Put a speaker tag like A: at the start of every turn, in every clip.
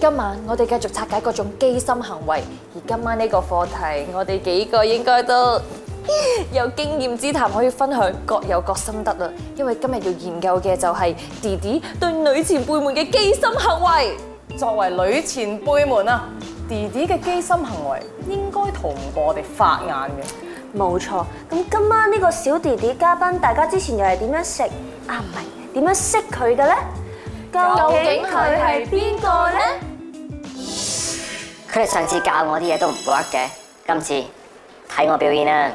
A: 哋繼續拆解各種機心行為，而今晚呢個課題，我哋幾個應該都有經驗之談可以分享，各有各心得啦。因為今日要研究嘅就係弟弟對女前輩們嘅機心行為。
B: 作為女前輩們啊，弟弟嘅機心行為應該逃唔過我哋法眼嘅。
C: 冇錯，咁今晚呢個小弟弟嘉賓，大家之前又係點樣食啊？唔係點樣識佢嘅咧？究
A: 竟佢係
C: 邊個咧？
D: 佢哋上次教我啲嘢都唔 work 嘅，今次睇我表演啦。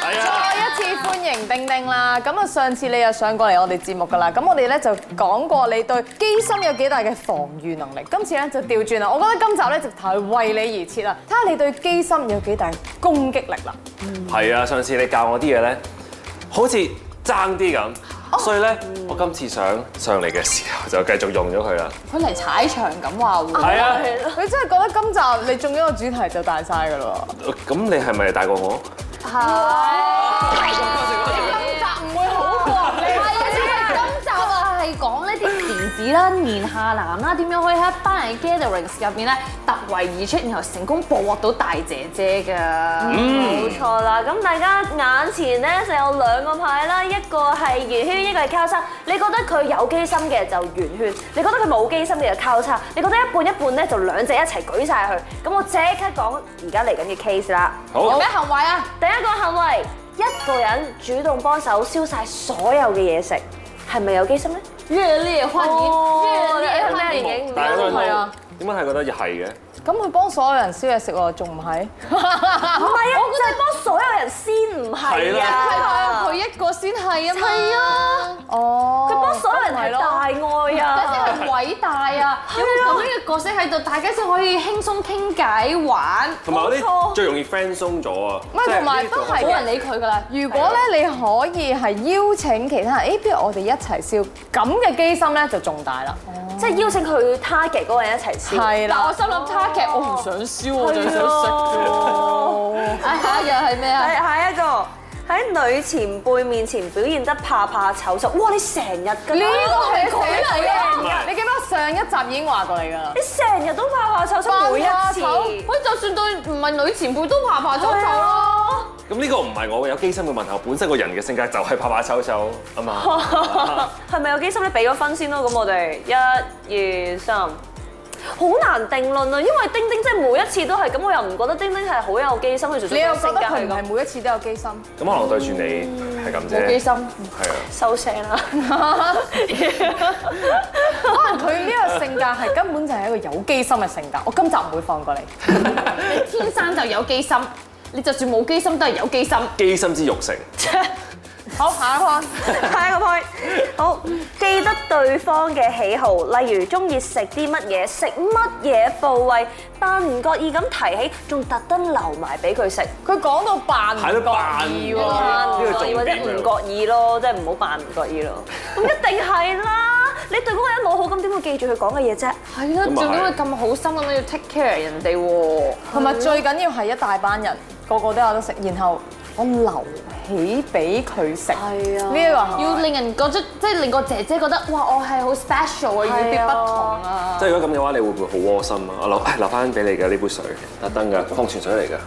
B: 再一次歡迎丁丁啦！咁啊，上次你又上過嚟我哋節目噶啦，咁我哋咧就講過你對機心有幾大嘅防禦能力。今次咧就調轉啦，我覺得今集咧直頭係為你而設啦，睇下你對機心有幾大攻擊力啦。
E: 係啊，上次你教我啲嘢咧，好似爭啲
B: 哦
E: 咁，所以咧，我今次想上嚟嘅時候就繼續用咗佢啦。
B: 佢嚟踩場咁話喎，
E: 係啊，
B: 佢哦真係覺得今集你中咗個主題就大晒噶啦。
E: 咁你係咪大過我？
F: 今集啊係講呢啲弟弟啦、年下男啦，點樣可以喺一班人 gatherings 入面咧突圍而出，然後成功捕獲到大姐姐㗎。
C: 冇錯啦，咁大家眼前咧就有兩個牌啦，一個係圓圈，一個係交叉。你覺得佢有機心嘅就圓圈，你覺得佢冇機心嘅就交叉。你覺得一半一半咧就兩隻一齊舉晒佢。咁我即刻講而家嚟緊嘅 case 啦。
E: 好
F: 咩，行為啊？
C: 第一個行為，一個人主動幫手燒晒所有嘅嘢食，係咪有機心咧？哦
F: 熱烈歡迎，熱烈歡迎。
C: 影
E: 大家都
B: 係啊，
E: 點解係覺得係嘅？
B: 咁佢幫所有人燒嘢食喎，仲唔係？
C: 唔係啊，就係幫所有人先唔係
F: 係
C: 啊
F: 啊，，佢一個先係啊嘛。係啊，
B: 哦，
C: 佢幫所有人係
B: 咯。
C: 大愛
F: 佢
C: 啊。
F: 先係偉大啊！有個咁樣嘅角色喺度，大家先可以輕鬆傾偈玩。
E: 同埋我
C: 冇錯
E: 啲最容易 friend 鬆咗啊！
B: 唔係
E: 即係
B: 同埋
E: 呢
B: 都
E: 度
B: 係
F: 冇
B: 嘅
F: 人理佢㗎啦。
B: 如果咧你可以係邀請其他人，誒，不如我哋一齊笑，咁嘅機心咧就仲大啦。
C: 即係邀請佢 target 嗰個人一齊燒。
B: 係
F: 但
B: 啦
F: 我，心諗 target，我唔想燒，我就係想
C: 食。
F: 哎下又係咩啊
C: 係？下一個喺女前輩面前表現得怕怕醜醜，哇！你成日
B: 呢個
C: 㗎啦，
B: 係佢嚟
E: 唔
B: 嘅
E: 係。
B: 你記唔記得上一集已經話過你㗎啦？
C: 你成日都怕怕醜
B: Vâng,
C: 醜，每
B: ờ,
C: 一次。
F: 喂，就算對唔係女前輩都爬爬走走
C: 係
F: 咯。
C: 啊
E: 咁呢個唔係我嘅有機心嘅問題，我本身個人嘅性格就係怕怕醜醜啊嘛。
C: 係咪有機心咧？俾咗分先咯，咁我哋一、二、三，好難定論啊！因為丁丁真係每一次都係咁，我又唔覺得丁丁係好有機心，佢做
B: 你又覺
C: 性格
B: 得佢
C: 係
B: 唔
C: 咁
B: 係每一次都有機心？
E: 咁可能對住你係咁啫。
F: 機心，
B: 嗯
E: 係啊，
C: 收聲啊啦。
B: Ờ, 可能佢呢個性格係根本就係一個有機心嘅性格。我今集唔會放過你。
F: 你天生就有機心，你就算冇機心都係有機心。
E: 機心之肉成。
B: 好，下一個。
C: 下一個 point，好記得對方嘅喜好，例如中意食啲乜嘢，食乜嘢部位，但唔覺意咁提起，仲特登留埋俾佢食，
B: 佢講到扮唔
E: 係咯扮
B: 覺意
E: 唔覺
B: 喎
E: 意。
C: 扮唔
E: 呢個
C: 覺意或者
E: 重點
C: 唔
E: 嚟喎
C: 覺意咯，即係唔好扮唔覺意咯。咁一定係啦，你對嗰個人冇好感，點會記住佢講嘅嘢啫？
F: 係啦，
E: 咁啊係
F: 仲點會咁好心咁樣要 take care 人哋喎？
B: 同埋最緊要係一大班人，個個都有得食，然後我留起俾佢食，呢一個行為
F: 要令人覺得，即係令個姐姐覺得，哇！我係好 special 啊，與別不同啊。
E: 即係如果咁嘅話，你會唔會好窩心啊？我留 唉留翻俾你嘅呢杯水，特登㗎，礦泉水嚟㗎。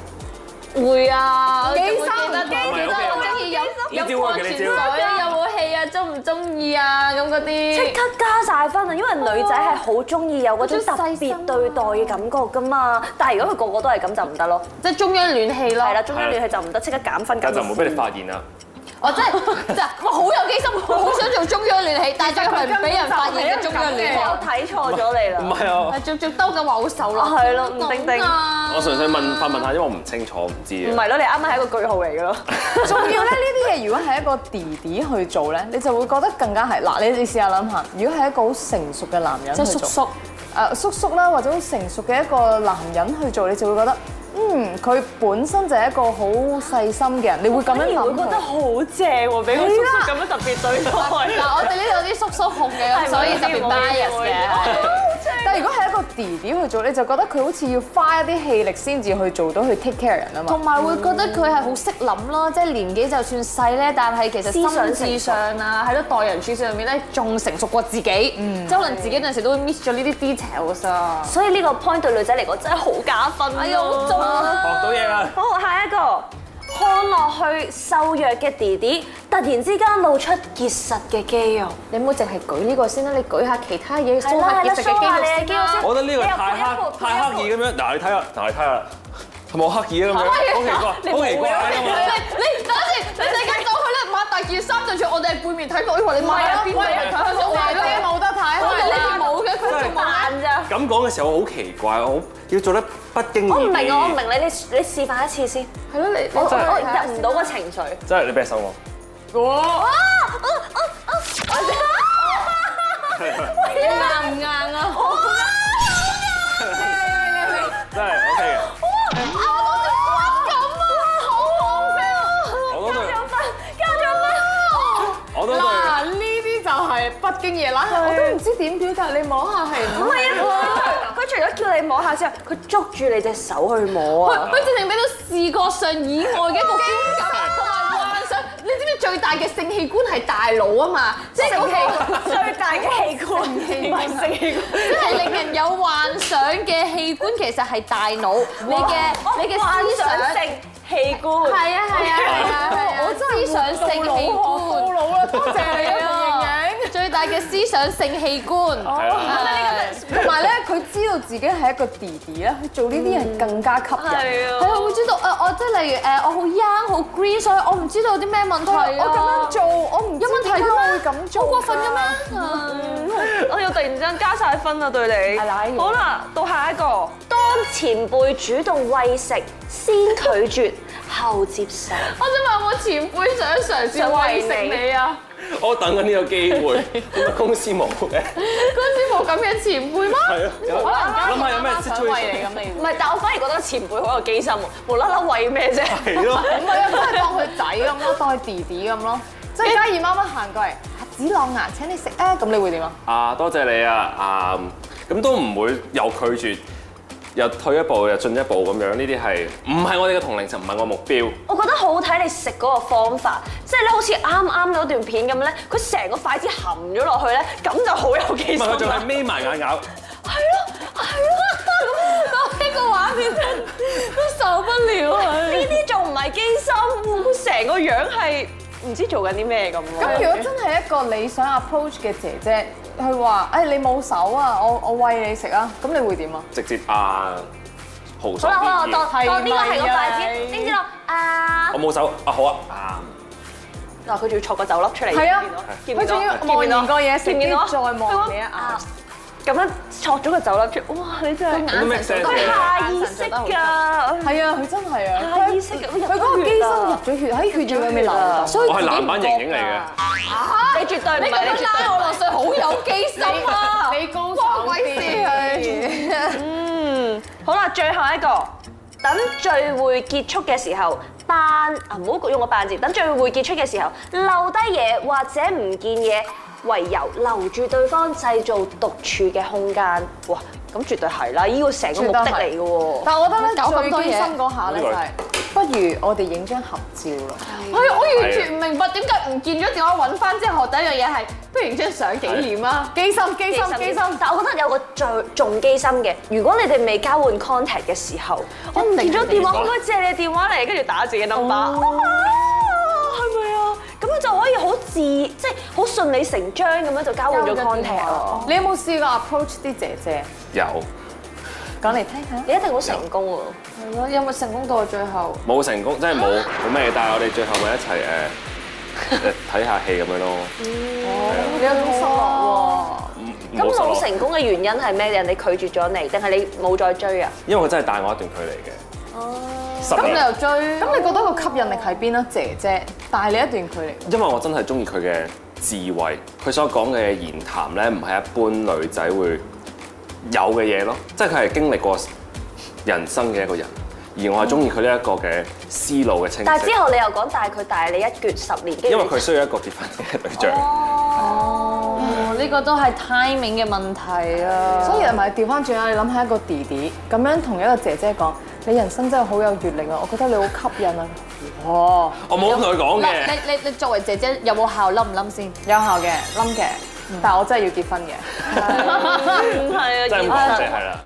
F: 會啊，
B: 機心
F: 仲會記得
B: 機
E: 心
F: 我中意飲飲
E: 機心呢招啊
F: 礦泉
E: 幾
F: 水
E: 招啊
F: 啊，有冇氣啊，中唔中意啊，咁嗰
C: 即
F: 啲。
C: 刻加晒分啊！因為女仔係好中意有嗰種特別對待嘅感覺噶嘛，但係如果佢個個都係咁就唔得咯，
F: 即係中央暖氣咯。
C: 係啦，中央戀佢就唔得，即刻減分
E: 但
C: 減
E: 就唔好俾你發現啊啦。
F: 我 真係就哇好有機心，我好想做中央暖氣，但係最後係唔俾人發現嘅中央暖
C: 我
F: 氣。
C: 睇錯咗你啦
E: 唔。係啊，
F: 係逐逐兜咁話好瘦咯，
C: 係咯唔定定
F: 啊
E: 我純粹問發問下，因為我唔清楚，唔知
C: 唔
E: 啊。
C: 係咯，你啱啱係一個句號嚟嘅咯。
B: 仲要咧，呢啲嘢如果係一個弟弟去做咧，你就會覺得更加係嗱，你你試下諗下，如果係一個好成熟嘅男人
F: 即
B: 去
F: 係叔
B: 做，
F: 叔。
B: 誒叔叔啦，或者好成熟嘅一個男人去做，你就會覺得，嗯，佢本身就係一個好細心嘅人，你會咁
F: 哎
B: 樣諗佢。
C: 好正喎，俾個叔叔咁樣特別對待。
F: 嗱，我哋呢度啲叔叔控嘅，所以特別 bias 嘅。
B: 但係如果係一個弟弟去做，你就覺得佢好似要花一啲氣力先至去做到去 take care 人啊嘛。
F: 同埋會覺得佢係好識諗啦，即係年紀就算細咧，但係其實
C: 思想
F: 心
C: 成熟
F: 智上啊，喺度待人處事上面咧，仲成熟過自己。嗯，即係可能自己有陣時都會 miss 咗呢啲 details 啊。
C: 所以呢個 point 對女仔嚟講真係好加分
F: 哎呀，好中啊！
E: 學到嘢啦！
C: 好，下一個看落去瘦弱嘅弟弟，突然之間露出結實嘅肌肉。
A: 你唔好淨係舉呢個先啦，你舉下其他嘢，
C: 係
A: 梳
C: 啦
A: 下
C: 係啦
A: 結實嘅肌肉先
C: 梳下你嘅肌肉
A: 啦
C: 先。
E: 我覺得呢個太
C: 你又配一
E: 刻
C: 副
E: 太刻意咁樣，嗱你睇下，嗱你睇下，係咪我刻意啊咁樣？好 奇怪，好奇怪啊嘛！
F: 你等陣，你你咁講佢咧，買大件衫就算我哋係背面睇落，以為你買喺邊度睇向
B: 冇大遮冇得睇，
F: 我哋呢邊冇嘅，佢仲買。
C: 扮咋？
E: 咁講嘅時候我好奇怪，我要做得不經意
C: 我唔
E: 啲
C: 明啊，我唔明你，你你示範一次先。
A: 係咯，你
C: 我
A: 我
C: 我
E: 真係
C: 我入唔到個情緒。
E: 真係你俾手我，
F: 硬唔硬啊？
E: 真係 OK 嘅。我都對，我都對，
B: 嗱，呢啲就係不經意啦，我都唔知點表達，你摸下係唔
C: 唔係啊，佢除咗叫你摸下之後，佢捉住你隻手去摸啊！
F: 佢直情俾到視覺上以外嘅一個觀感，同埋幻想。你知唔知最大嘅性器官係大腦啊嘛？即係嗰個，
C: 最大嘅器官，唔係性器官。
F: 即係令人有幻想嘅器官，其實係大腦。你嘅你嘅思想，
C: 性器官。
F: 係啊係啊係啊係啊，思想性器官。
B: 好老啦，多謝你啊，盈盈。
F: 最大嘅思想性器官，
E: 係啦，
B: 同埋咧，佢知道自己係一個弟弟咧，佢做呢啲嘢更加吸引。
F: 係啊，會知道誒，我即係例如誒，我好 young 好 green，所以我唔知道有啲咩問題啊。
B: 我咁樣做，我唔知
F: 有問題
B: 點
F: 㗎
B: 解會
F: 咩？
B: 咁做，
F: 好過分㗎？
B: 啊
F: 咩？
C: 我要突然之間加晒分啦對你。
B: 係啦係啦
C: 好啦，到下一個，當前輩主動餵食，先拒絕後接受。
F: 我想問我前輩想嘗試餵食你啊？
E: 我等緊呢個機會，點解公司冇嘅？
F: 公司冇咁嘅前輩嗎？
E: 係啊，有諗下有咩 situation
B: 咁你
C: 唔係，但我反而覺得前輩好有機心喎，無啦啦餵咩啫？
E: 係咯，
B: 唔係啊，真係當佢仔咁咯，當佢弟弟咁咯。即係嘉怡媽媽行過嚟，阿子朗牙請你食啊，咁你會點啊？
E: 啊多謝你啊，啊咁都唔會又拒絕。又退一步又進一步咁樣，呢啲係唔係我哋嘅同齡層，唔係我目標。
C: 我覺得好睇你食嗰個方法，即係咧好似啱啱嗰段片咁咧，佢成個筷子含咗落去咧，咁就好有機
E: 唔
C: 心
E: 係
C: 啦。
E: 佢仲係眯埋眼咬，
C: 係咯，係咯，咁呢個畫面真係都受不了啊！呢啲仲唔係機心，佢成個樣係唔知做緊啲咩咁咯。
B: 咁如果真係一個理想 approach 嘅姐姐，佢話：誒你冇手啊，我我餵你食啊，咁你會點啊？
E: 直接啊豪
C: 好
E: 爽
C: 啦好啦，
E: 啲
C: 我當
F: 哦
B: 係
C: 哦當呢個係個
B: 咪啊
C: 筷子，拎住落啊！
E: 我冇手啊，好啊，啊
C: 嗱，佢仲要戳個酒粒出嚟，
B: 係啊
C: 見唔見到
B: 佢仲要
C: 見唔見到
B: 望完個嘢食
C: 見唔見到
B: 跟住再望你一眼
C: 啊咁樣戳咗個酒粒出，哇！你真啊係
E: 都 make sense
C: 佢
E: 嘅。
C: 下意識㗎，
B: 係啊，佢真係啊，
C: 下意識㗎入咗血啊啦
B: 佢嗰個機心入咗血喺血液裏面流動。
F: 所以自
E: 我係
F: 己
E: 男版
C: 啊
E: 盈盈嚟嘅。
C: 你絕對唔
F: 你咁
C: 係，你絕
F: 樣
C: 對
F: 拉我落水，好有機心啊！
B: 你高
F: 關
B: 手
F: 我鬼事佢。
C: 好啦，最後一個，等聚會結束嘅時候，扮啊唔好用個扮字。等聚會結束嘅時候，留低嘢或者唔見嘢為由，留住對方製造獨處嘅空間。哇，咁絕對係啦，呢個成個目的嚟嘅喎。
B: 但係我覺得咧，
F: 搞咁多
B: 最
F: 嘢
B: 機心嗰下咧就係，不如我哋影張合照啦。
F: 係，我完全唔明白點解唔見咗電話揾翻之後，第一樣嘢係不如影張相紀念啊！
B: 機心機心機心，
C: 但我覺得有個最重機心嘅，如果你哋未交換 contact 嘅時候，我唔見咗電話，可唔可以借你電話嚟，跟住打自己 number？啊係咪啊？咁樣就可以好自，即係好順理成章咁樣就交換咗 contact 啊咯。
B: 你有冇試過 approach 啲姐姐？
E: 有
B: 講嚟聽下。
C: 你一定好成功喎！
F: 係咯，有冇成功到最後？
E: 冇成功，真係冇
C: 啊
E: 冇咩，但係我哋最後 咪一齊誒誒睇下戲咁樣咯。
B: 你有種失落
C: 咁
E: 唔唔好
C: 嗯冇
E: 失落
C: 成功嘅原因係咩？人哋拒絕咗你，定係你冇再追啊？
E: 因為佢真係帶我一段距離嘅。哦，十
F: 咁你
E: 年，
F: 又追？
B: 喎。咁你覺得個吸引力喺邊啊？姐姐，但係你一段距離。
E: 因為我真係中意佢嘅智慧，佢所講嘅言談咧，唔係一般女仔會有嘅嘢咯，即係佢係經歷過人生嘅一個人，而我係中意佢呢一個嘅思路嘅清
C: 但係之
E: 晰，
C: 後你又講大佢大你一橛十年，跟住
E: 因為佢需要一個結婚嘅對象。
B: 哦，你
F: 呢個都係 timing 嘅問題啊。
B: 所以係咪調翻轉啊？你諗下一個弟弟咁樣同一個姐姐講，你人生真係好有閲歷啊！我覺得你好吸引啊！哦，
E: 我冇咁同佢講
F: 嗱，
E: 嘅。
F: 你你你作為姐姐有冇效冧唔冧先？
B: 有效嘅，冧嘅，但係我真係要結婚嘅。
C: 係啊，
E: 真係咁講就係啦。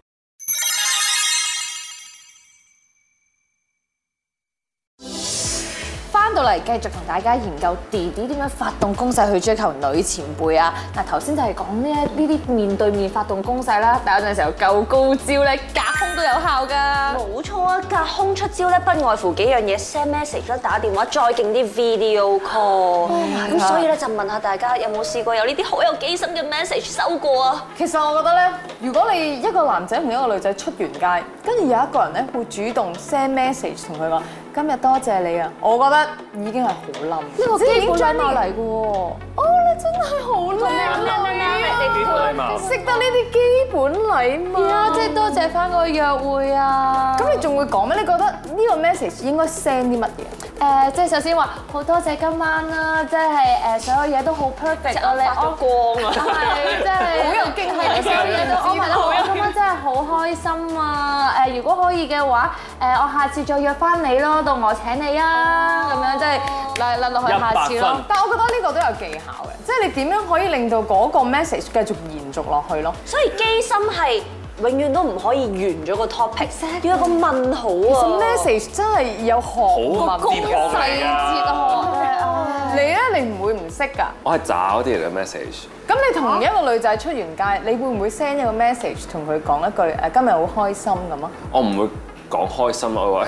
F: 翻到嚟繼續同大家研究弟弟點樣發動攻勢去追求女前輩啊！嗱，頭先就係講呢一呢啲面對面發動攻勢啦，但有陣時候夠高招咧，隔空都有效㗎。
C: 冇錯啊！隔空出招咧，不外乎幾樣嘢，send message 啦，打電話，再勁啲 video call。咁
B: Oh
C: 所以咧就問下大家有冇試過有呢啲好有機心嘅 message 收過啊？
B: 其實我覺得咧，如果你一個男仔同一個女仔出完街，跟住有一個人咧會主動 send message 同佢講今日多謝你啊，我覺得已經係好冧。呢
F: 個
B: 已經
F: 基本禮
B: 將
F: 貌
B: 嚟嘅喎。哦，你真係好靚女啊！
E: 基本禮貌。
B: 識得呢啲基本禮貌。
F: 啊，即係多謝翻個約會啊！
B: 咁你仲會講咩？你覺得呢個 message 應該 send 啲乜嘢？
F: 誒、即係首先話好多謝今晚啦，即係誒、所有嘢都好 perfect 啊，你
C: 發咗光啊！
F: 係即係
B: 好有經驗啊
F: 係所有嘢都安排得好，我今晚真係好開心啊！誒、如果可以嘅話，誒、我下次再約翻你咯，到我請你啊，咁樣即係嚟嚟落去下次
E: 100
F: 咯
E: 分。
B: 但係我覺得呢個都有技巧嘅，即係你點樣可以令到嗰個 message 繼續延續落去咯。
C: 所以機心係永遠都唔可以完咗個 topic，要有個問號
B: 其實
C: 啊
B: message 真係有學
E: 哦好啊
B: 問，
E: 哲學嚟
B: 啊
E: 㗎。
B: 你咧你唔會唔識㗎。
E: 我係渣嗰啲嚟嘅 message。
B: 咁你同一個女仔出完街，你會唔會 send 一個 message 同佢講一句誒今日好開心咁啊？
E: 我唔會講開心啊喂，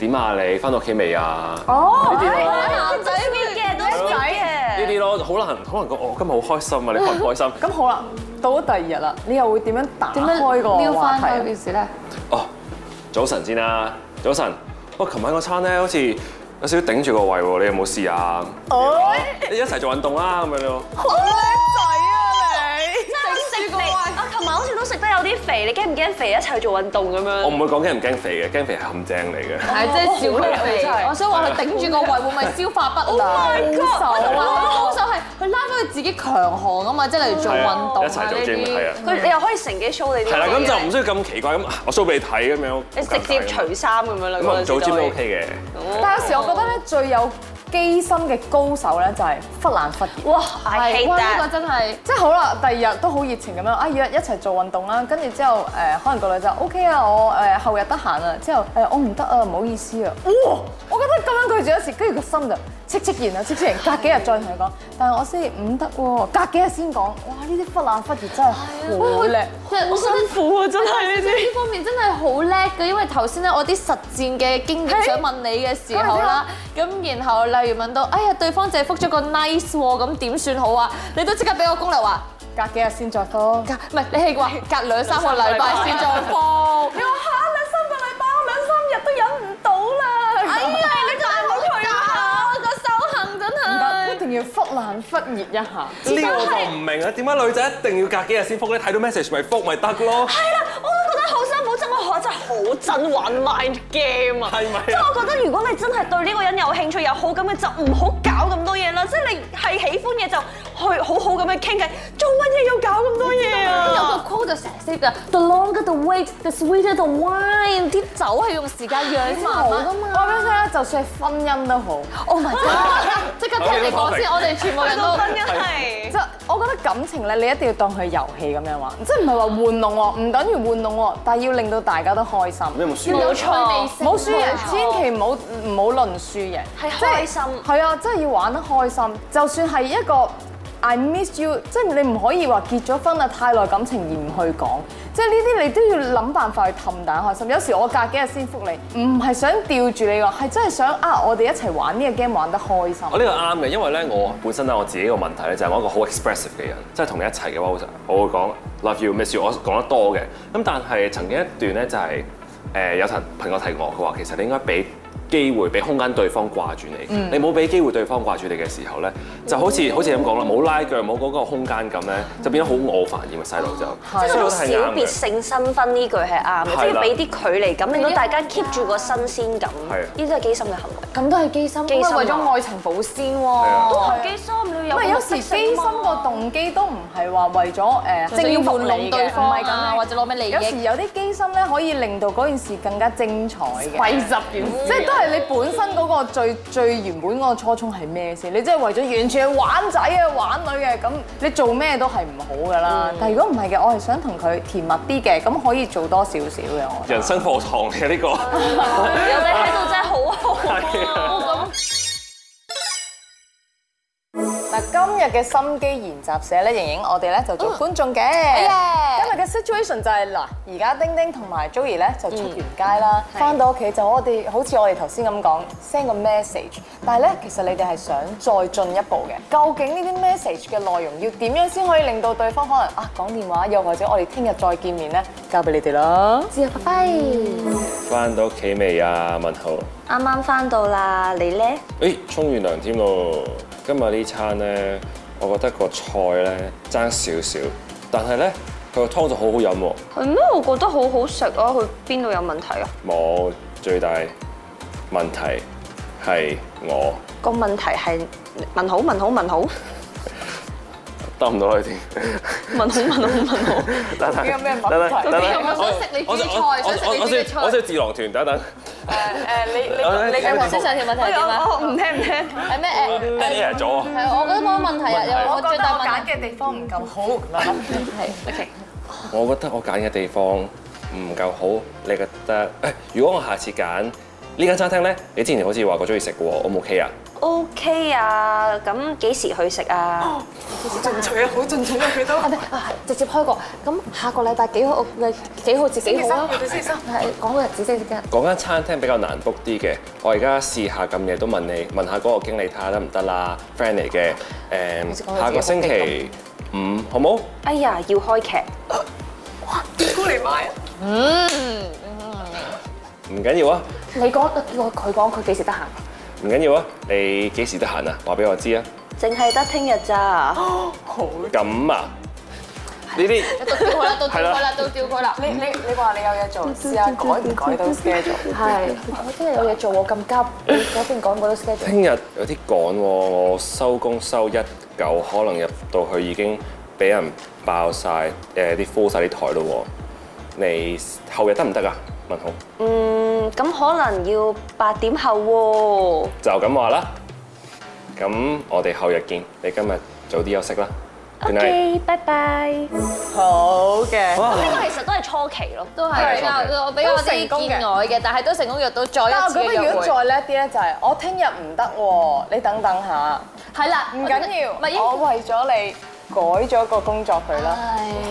E: 點啊你翻到屋企未啊？
B: 哦，
C: 男仔 sweet 嘅都 sweet
E: 呢
C: 嘅。
E: 啲咯，好難好難講。我今日好開心啊，你開唔開心？
B: 咁好啦，到咗第二日啦，你又會點樣打
F: 撩
B: 開個話
F: 翻
B: 題啊
F: 嗰？件事咧，
E: 哦，早晨先啦，早晨。我琴晚嗰餐咧，好似有少少頂住個胃喎，你有冇試啊？
B: 哦
E: 你一齊做運動啦咁樣咯。
B: 好叻仔啊你！
C: 食肥啊！琴晚好似都食得有啲肥，你驚唔驚肥？一齊去做運動咁樣。
E: 我唔會講驚唔驚肥啊嘅，驚肥係陷阱嚟嘅。
F: 哎係即係笑
B: 啊
F: 佢
C: 真係
F: 哋。我想話佢頂住個胃會唔會消化
B: Oh
F: 不良？
B: 手啊！
F: 高手係佢拉翻佢自己強項啊嘛，即係例如做
E: 係啊
F: 運動
E: 一齊做 gym 係啊。
C: 佢你又可以乘機 show 你啲。
E: 係啦，咁就唔需要咁奇怪咁，啊我 show 俾你睇咁樣。
C: 你直接除衫咁樣啦。
E: 咁
C: 嗰
E: 啊，唔
C: 陣
E: 做
C: 時就
E: gym
C: 可
E: 都
C: 以
E: OK 嘅。
B: 但有時我覺得咧最有機心嘅高手咧就係忽冷忽熱，
C: 哇！I
F: 係
C: hate
F: 哇，呢個
C: that。
F: 真係。
B: 即係好啦，第二日都好熱情咁樣，啊約一齊做運動啦，跟住之後誒、呃可能個女仔 OK 啊，我誒、後日得閒啊，之後誒、我唔得啊，唔好意思 啊，哇！我覺得咁樣拒絕一次，跟住個心就戚戚然啊，戚戚然，隔幾日再同佢講，但係我星期五得喎，隔幾日先講，哇！呢啲忽冷忽熱真係好
C: 哎
B: 叻，
F: 好辛苦啊！真係呢啲呢方面真係好叻嘅，因為頭先咧我啲實戰嘅經驗想問你嘅時候啦，咁然後例如問到，哎呀對方淨係覆咗個 nice 喎，咁點算好啊？你都即刻俾我攻略話，
B: 隔幾日先再講。
F: 隔唔係你係話隔兩三個禮拜先再覆。
B: 你話嚇兩三個禮拜，我兩三日都忍唔到啦。
F: 哎呀，你大冇佢啊！個手痕真
B: 唔
F: 係。
C: 哎
B: 得，一定要忽冷忽熱一下。
E: 呢個我就唔明啊啦，點解女仔一定要隔幾日先覆咧？睇到 message 咪覆咪得咯？
C: 係啦，我都覺得好辛苦，真係我真係好憎玩 mind game 啊！
E: 係咪啊
C: 即係我覺得如果你真係對呢個人有興趣、有好感嘅，就唔好搞咁多嘢啦。即係你係喜歡嘢就去好好咁樣傾偈，做乜嘢要搞咁多嘢
F: 有
C: 啊？
F: 個 quote 就成日識㗎，the longer the wait, the sweeter the wine。啲酒係用時間養
B: 好
F: 慢
B: 噶
F: 㗎
B: 嘛
F: 嘛。。
B: 我俾你聽咧，啊就算係婚姻都好，
F: Oh my god！即刻聽你講先，我哋全部人
C: 到
F: 都
C: 婚姻啊係
B: 即係我覺得感情咧，你一定要當佢遊戲咁樣玩，即係唔係話玩弄喎，唔等於玩弄喎，但係要令到大家都開心。
E: 你有冇輸
F: 要
E: 過
F: 有趣味
B: 唔
F: 性。
B: 好輸贏，千祈唔好唔好論輸贏，
C: 係
B: 即係
C: 開心
B: 係啊，真係要玩得開心。就算係一個 I miss you，即係你唔可以話結咗婚啊，太耐感情而唔去講。即係呢啲你都要諗辦法去氹大家開心。有時我隔幾日先覆你，唔係想吊住你個，係真係想啊，我哋一齊玩呢個 game 玩得開心
E: 我。啊呢個啱嘅，因為咧我本身咧啊我自己個問題咧就係我一個好 expressive 嘅人，即係同你一齊嘅話，我就我會講 love you miss you，我講得多嘅。咁但係曾經一段咧就係、誒、有層朋友提我，佢話其實你應該俾機會俾空間對方掛住你，
C: 嗯
E: 你冇俾機會對方掛住你嘅時候咧，就好似好似咁講啦，冇拉腳冇嗰個空間感咧，就變咗好我煩厭嘅細路就，
C: 即係嗰種
E: 我覺
C: 小
E: 得係啱
C: 別
E: 嘅。
C: 勝新婚呢句係啱嘅，即
E: 係
C: 係
E: 啦
C: 俾啲距離感，令到大家 keep 住個新鮮感
E: 係啊。
C: 呢啲都係機心嘅行為。
A: 咁都係機心，機
C: 機心
A: 心
C: 啊
A: 為咗愛情保鮮
E: 啊
A: 喎。
C: 都係機心，你
B: 唔
C: 要有
B: 係有
C: 目
B: 時
C: 的
B: 機心
C: 性啊嘛
B: 個動機都唔係話為咗誒
F: 即係要
B: 征服
F: 玩
B: 你
F: 弄
B: 嘅
F: 對
B: 唔
F: 方
B: 係咁
F: 啊，
B: 樣
F: 或者攞咩利
B: 有時
F: 益？
B: 有啲機心咧，可以令到嗰件事更加精彩嘅，
F: 十件
B: 即係都係你本身嗰個最最原本嗰個初衷係咩先？你即係為咗完全係玩仔啊玩女嘅，咁你做咩都係唔好噶
F: 嗯
B: 啦。但係如果唔係嘅，我係想同佢甜蜜啲嘅，咁可以做多少少嘅我覺得。
E: 人生課堂嚟嘅呢個，
C: 有你喺度真係好好啊！
E: 係啊
B: 嗱，今日嘅心機研習社咧，盈盈我哋咧就
F: 嗯
B: 做觀眾嘅。
F: 哎
B: 今日嘅 situation 就係、嗱，而家丁丁同埋 Joey 咧就出完街啦，翻、到屋企就我哋好似我哋頭先咁講 send 個 message，但係咧其實你哋係想再進一步嘅，究竟呢啲 message 嘅內容要點樣先可以令到對方可能啊講電話，又或者我哋聽日再見面咧，交俾你哋啦。
E: 翻到屋企未啊？問號。
C: 啱啱翻到啦，你咧？
E: 誒，沖完涼添咯。今日呢餐咧，我覺得個菜咧爭少少，但係咧佢個湯就好好飲喎。
C: 係咩？我覺得好好食啊！佢邊度有問題啊？
E: 冇最大問題係我
C: 個問題係問好問好問好
E: 得唔到你添。
C: 問好問好問好。
E: 等等
B: 有咩問題
E: 等等
F: 你有冇想食你煮嘅菜
E: 我我
F: 想食你
E: 我我
F: 煮嘅
E: 我
F: 菜
E: 我想智囊團，等等。
B: 誒你
E: 你 你嘅
F: 頭先上條問題係點啊？
C: 我唔聽唔聽。
F: 係咩誒？
E: 咩咗啊？
F: 係我覺得冇乜問題
B: 嗯
F: 啊，有我
B: 我覺
F: 最
B: 得
F: 大
B: 我
F: 問題
B: 揀嘅地方唔夠好
F: 係 OK。
E: 我覺得我揀嘅地方唔夠好，你覺得？誒，如果我下次揀呢間餐廳咧，你之前好似話過中意食嘅喎，O 唔 OK 啊？
C: O K 啊，咁幾時去食啊？
A: 係咪啊直接開個咁下個禮拜幾號？幾號至幾號啊？係講個日子先得。
E: 嗰間餐廳比較難 book 啲嘅，我而家試下咁夜都問你，問下嗰個經理睇下得唔得啦，friend 嚟嘅，誒、
A: 講
E: 下個星期五好冇？
C: 哎呀，要開劇，
E: 唔緊要啊，
A: 你講我佢講佢幾時得閒？
E: 唔緊要啊，你幾時得閒啊？話俾我知啊。
C: 淨係得聽日咋？
E: 咁啊，呢啲
F: 到調佢啦，到調佢
E: 係
F: 啦，到調佢啦。
B: 你你你話你有嘢做，試下改唔 改到 schedule？
A: 係我聽日有嘢做喎，咁急。你嗰邊講嗰啲 schedule。
E: 聽日有啲趕喎，我收工收一嚿，可能入到去已經俾人爆晒，誒啲 full 曬啲台咯喎。你後日得唔得啊？文豪
C: 嗯，咁可能要八點後喎。
E: 就咁話啦。咁我哋後日見，你今日早啲休息啦。Good
C: 啊
E: night。
C: OK，拜拜。
B: 好嘅。
C: 呢個其實都係初期咯。
F: 都係比較，我比較
B: 都成功
F: 啲
B: 嘅
F: 見外嘅，但係都成功約到再
B: 但
F: 一
B: 我
F: 次
B: 覺
F: 嘅
B: 得
F: 約
B: 如果
F: 會。
B: 再叻啲咧，就係我聽日唔得喎，你等等下，
F: 係啦，
B: 唔緊要，
F: 唔係
B: 我
F: 應
B: 為咗你改咗個工作佢啦。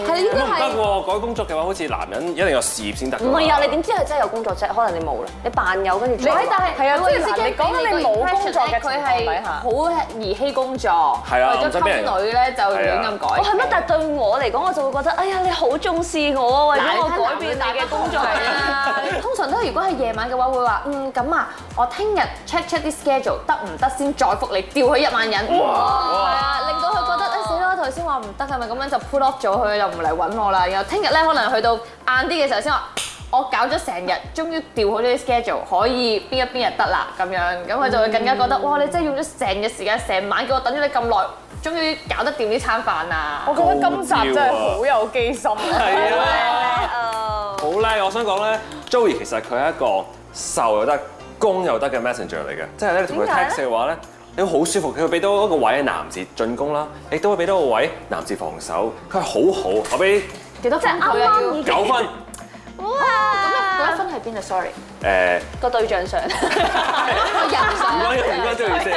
F: 係應該
E: 咁唔
F: 係
E: 得喎，改工作嘅話，好似男人一定有事業先得㗎
C: 唔
E: 嘛。
C: 係啊，你點知佢真係有工作啫？可能你冇啦，你扮有跟住做。
F: 但係
B: 係啊
F: 我意
B: 即
F: 思
B: 係嗱
F: 係
B: 你講緊你冇工作嘅情
F: 佢
B: 況底
F: 係
B: 下
F: 好兒戲工作，
E: 係啊
F: 為
E: 唔
F: 咗
E: 使俾人
F: 溝女咧就亂咁改。
C: 我係咩？但係對我嚟講，我就會覺得，哎呀，你好重視我啊，為咗我改變你嘅工作
F: 啊！通常都係如果係夜晚嘅話，會話嗯咁啊，我聽日 ờ, check check 啲 schedule ừ, 得唔得先再覆你，吊佢一萬人。係啊，令到佢覺得誒死啦，頭先話唔得係咪咁樣就 pull off 咗佢，就唔嚟揾我啦。然後聽日咧可能去到晏啲嘅時候先話。我搞咗成日，終於調好咗啲 schedule，可以邊一邊日得啦咁樣，咁佢就會更加覺得，哇！你真係用咗成日時間，成晚叫我等咗你咁耐，終於搞得掂呢餐飯啦
B: 我！覺得今集真係好有機心。
E: 啊係啊，
C: 啊。
E: 好叻！我想講咧，Joey 其實佢係一個受又得、攻又得嘅 messenger 嚟嘅，即係咧同佢
C: 點解咧
E: text 嘅話咧，你會好舒服。佢會俾到一個位男士進攻啦，亦都會俾到個位男士防守。佢係好好，我俾
F: 幾多分佢
C: 啱
F: 啊要
C: 啱？已經
E: 九 分。
C: 哇！
A: 嗰一分喺邊啊？sorry，
E: 誒，
C: 個對象上。
F: 個人
E: 唔
F: 上
E: 關唔關 Joey 先，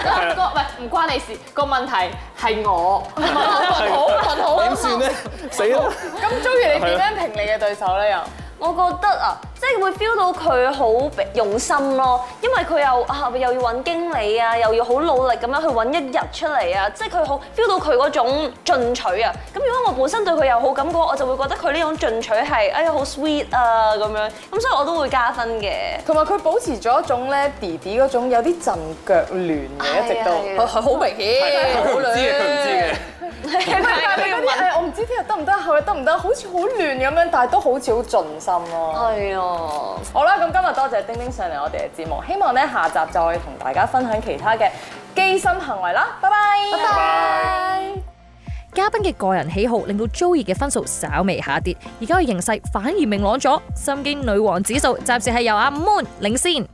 E: 係
F: 個
E: 啦。
F: 唔係唔關你事，個問題係我問好問好
E: 點算咧？死 啦！
B: 咁中意你點樣評你嘅對手咧？又
C: 我覺得啊，即係會 feel 到佢好用心咯，因為佢又啊又要揾經理啊，又要好努力咁樣去揾一日出嚟啊，即係佢好 feel 到佢嗰種進取啊。咁如果我本身對佢有好感嘅話，我就會覺得佢呢種進取係哎呀好 sweet 啊咁樣，咁所以我都會加分 嘅。
B: 同埋佢保持咗一種咧弟弟嗰種有啲陣腳亂嘅，一直
C: 係啊係
B: 都
C: 啊
B: 佢佢好明顯。
E: 佢唔知嘅，佢唔知嘅。
C: 啊
B: 唔係但係你嗰啲誒我唔知聽日得唔得，後日得唔得，好似好亂咁樣，但係都好似好盡心咯。
C: 係啊，
B: 好啦，咁今日多謝丁丁上嚟我哋嘅節目，希望咧下集再同大家分享其他嘅機心行為啦，拜拜，拜拜。
F: 嘉賓嘅個人喜好令到 Joey 嘅分數稍微下跌，而家嘅形勢反而明朗咗，心機女王指數暫時係由阿 Moon 領先。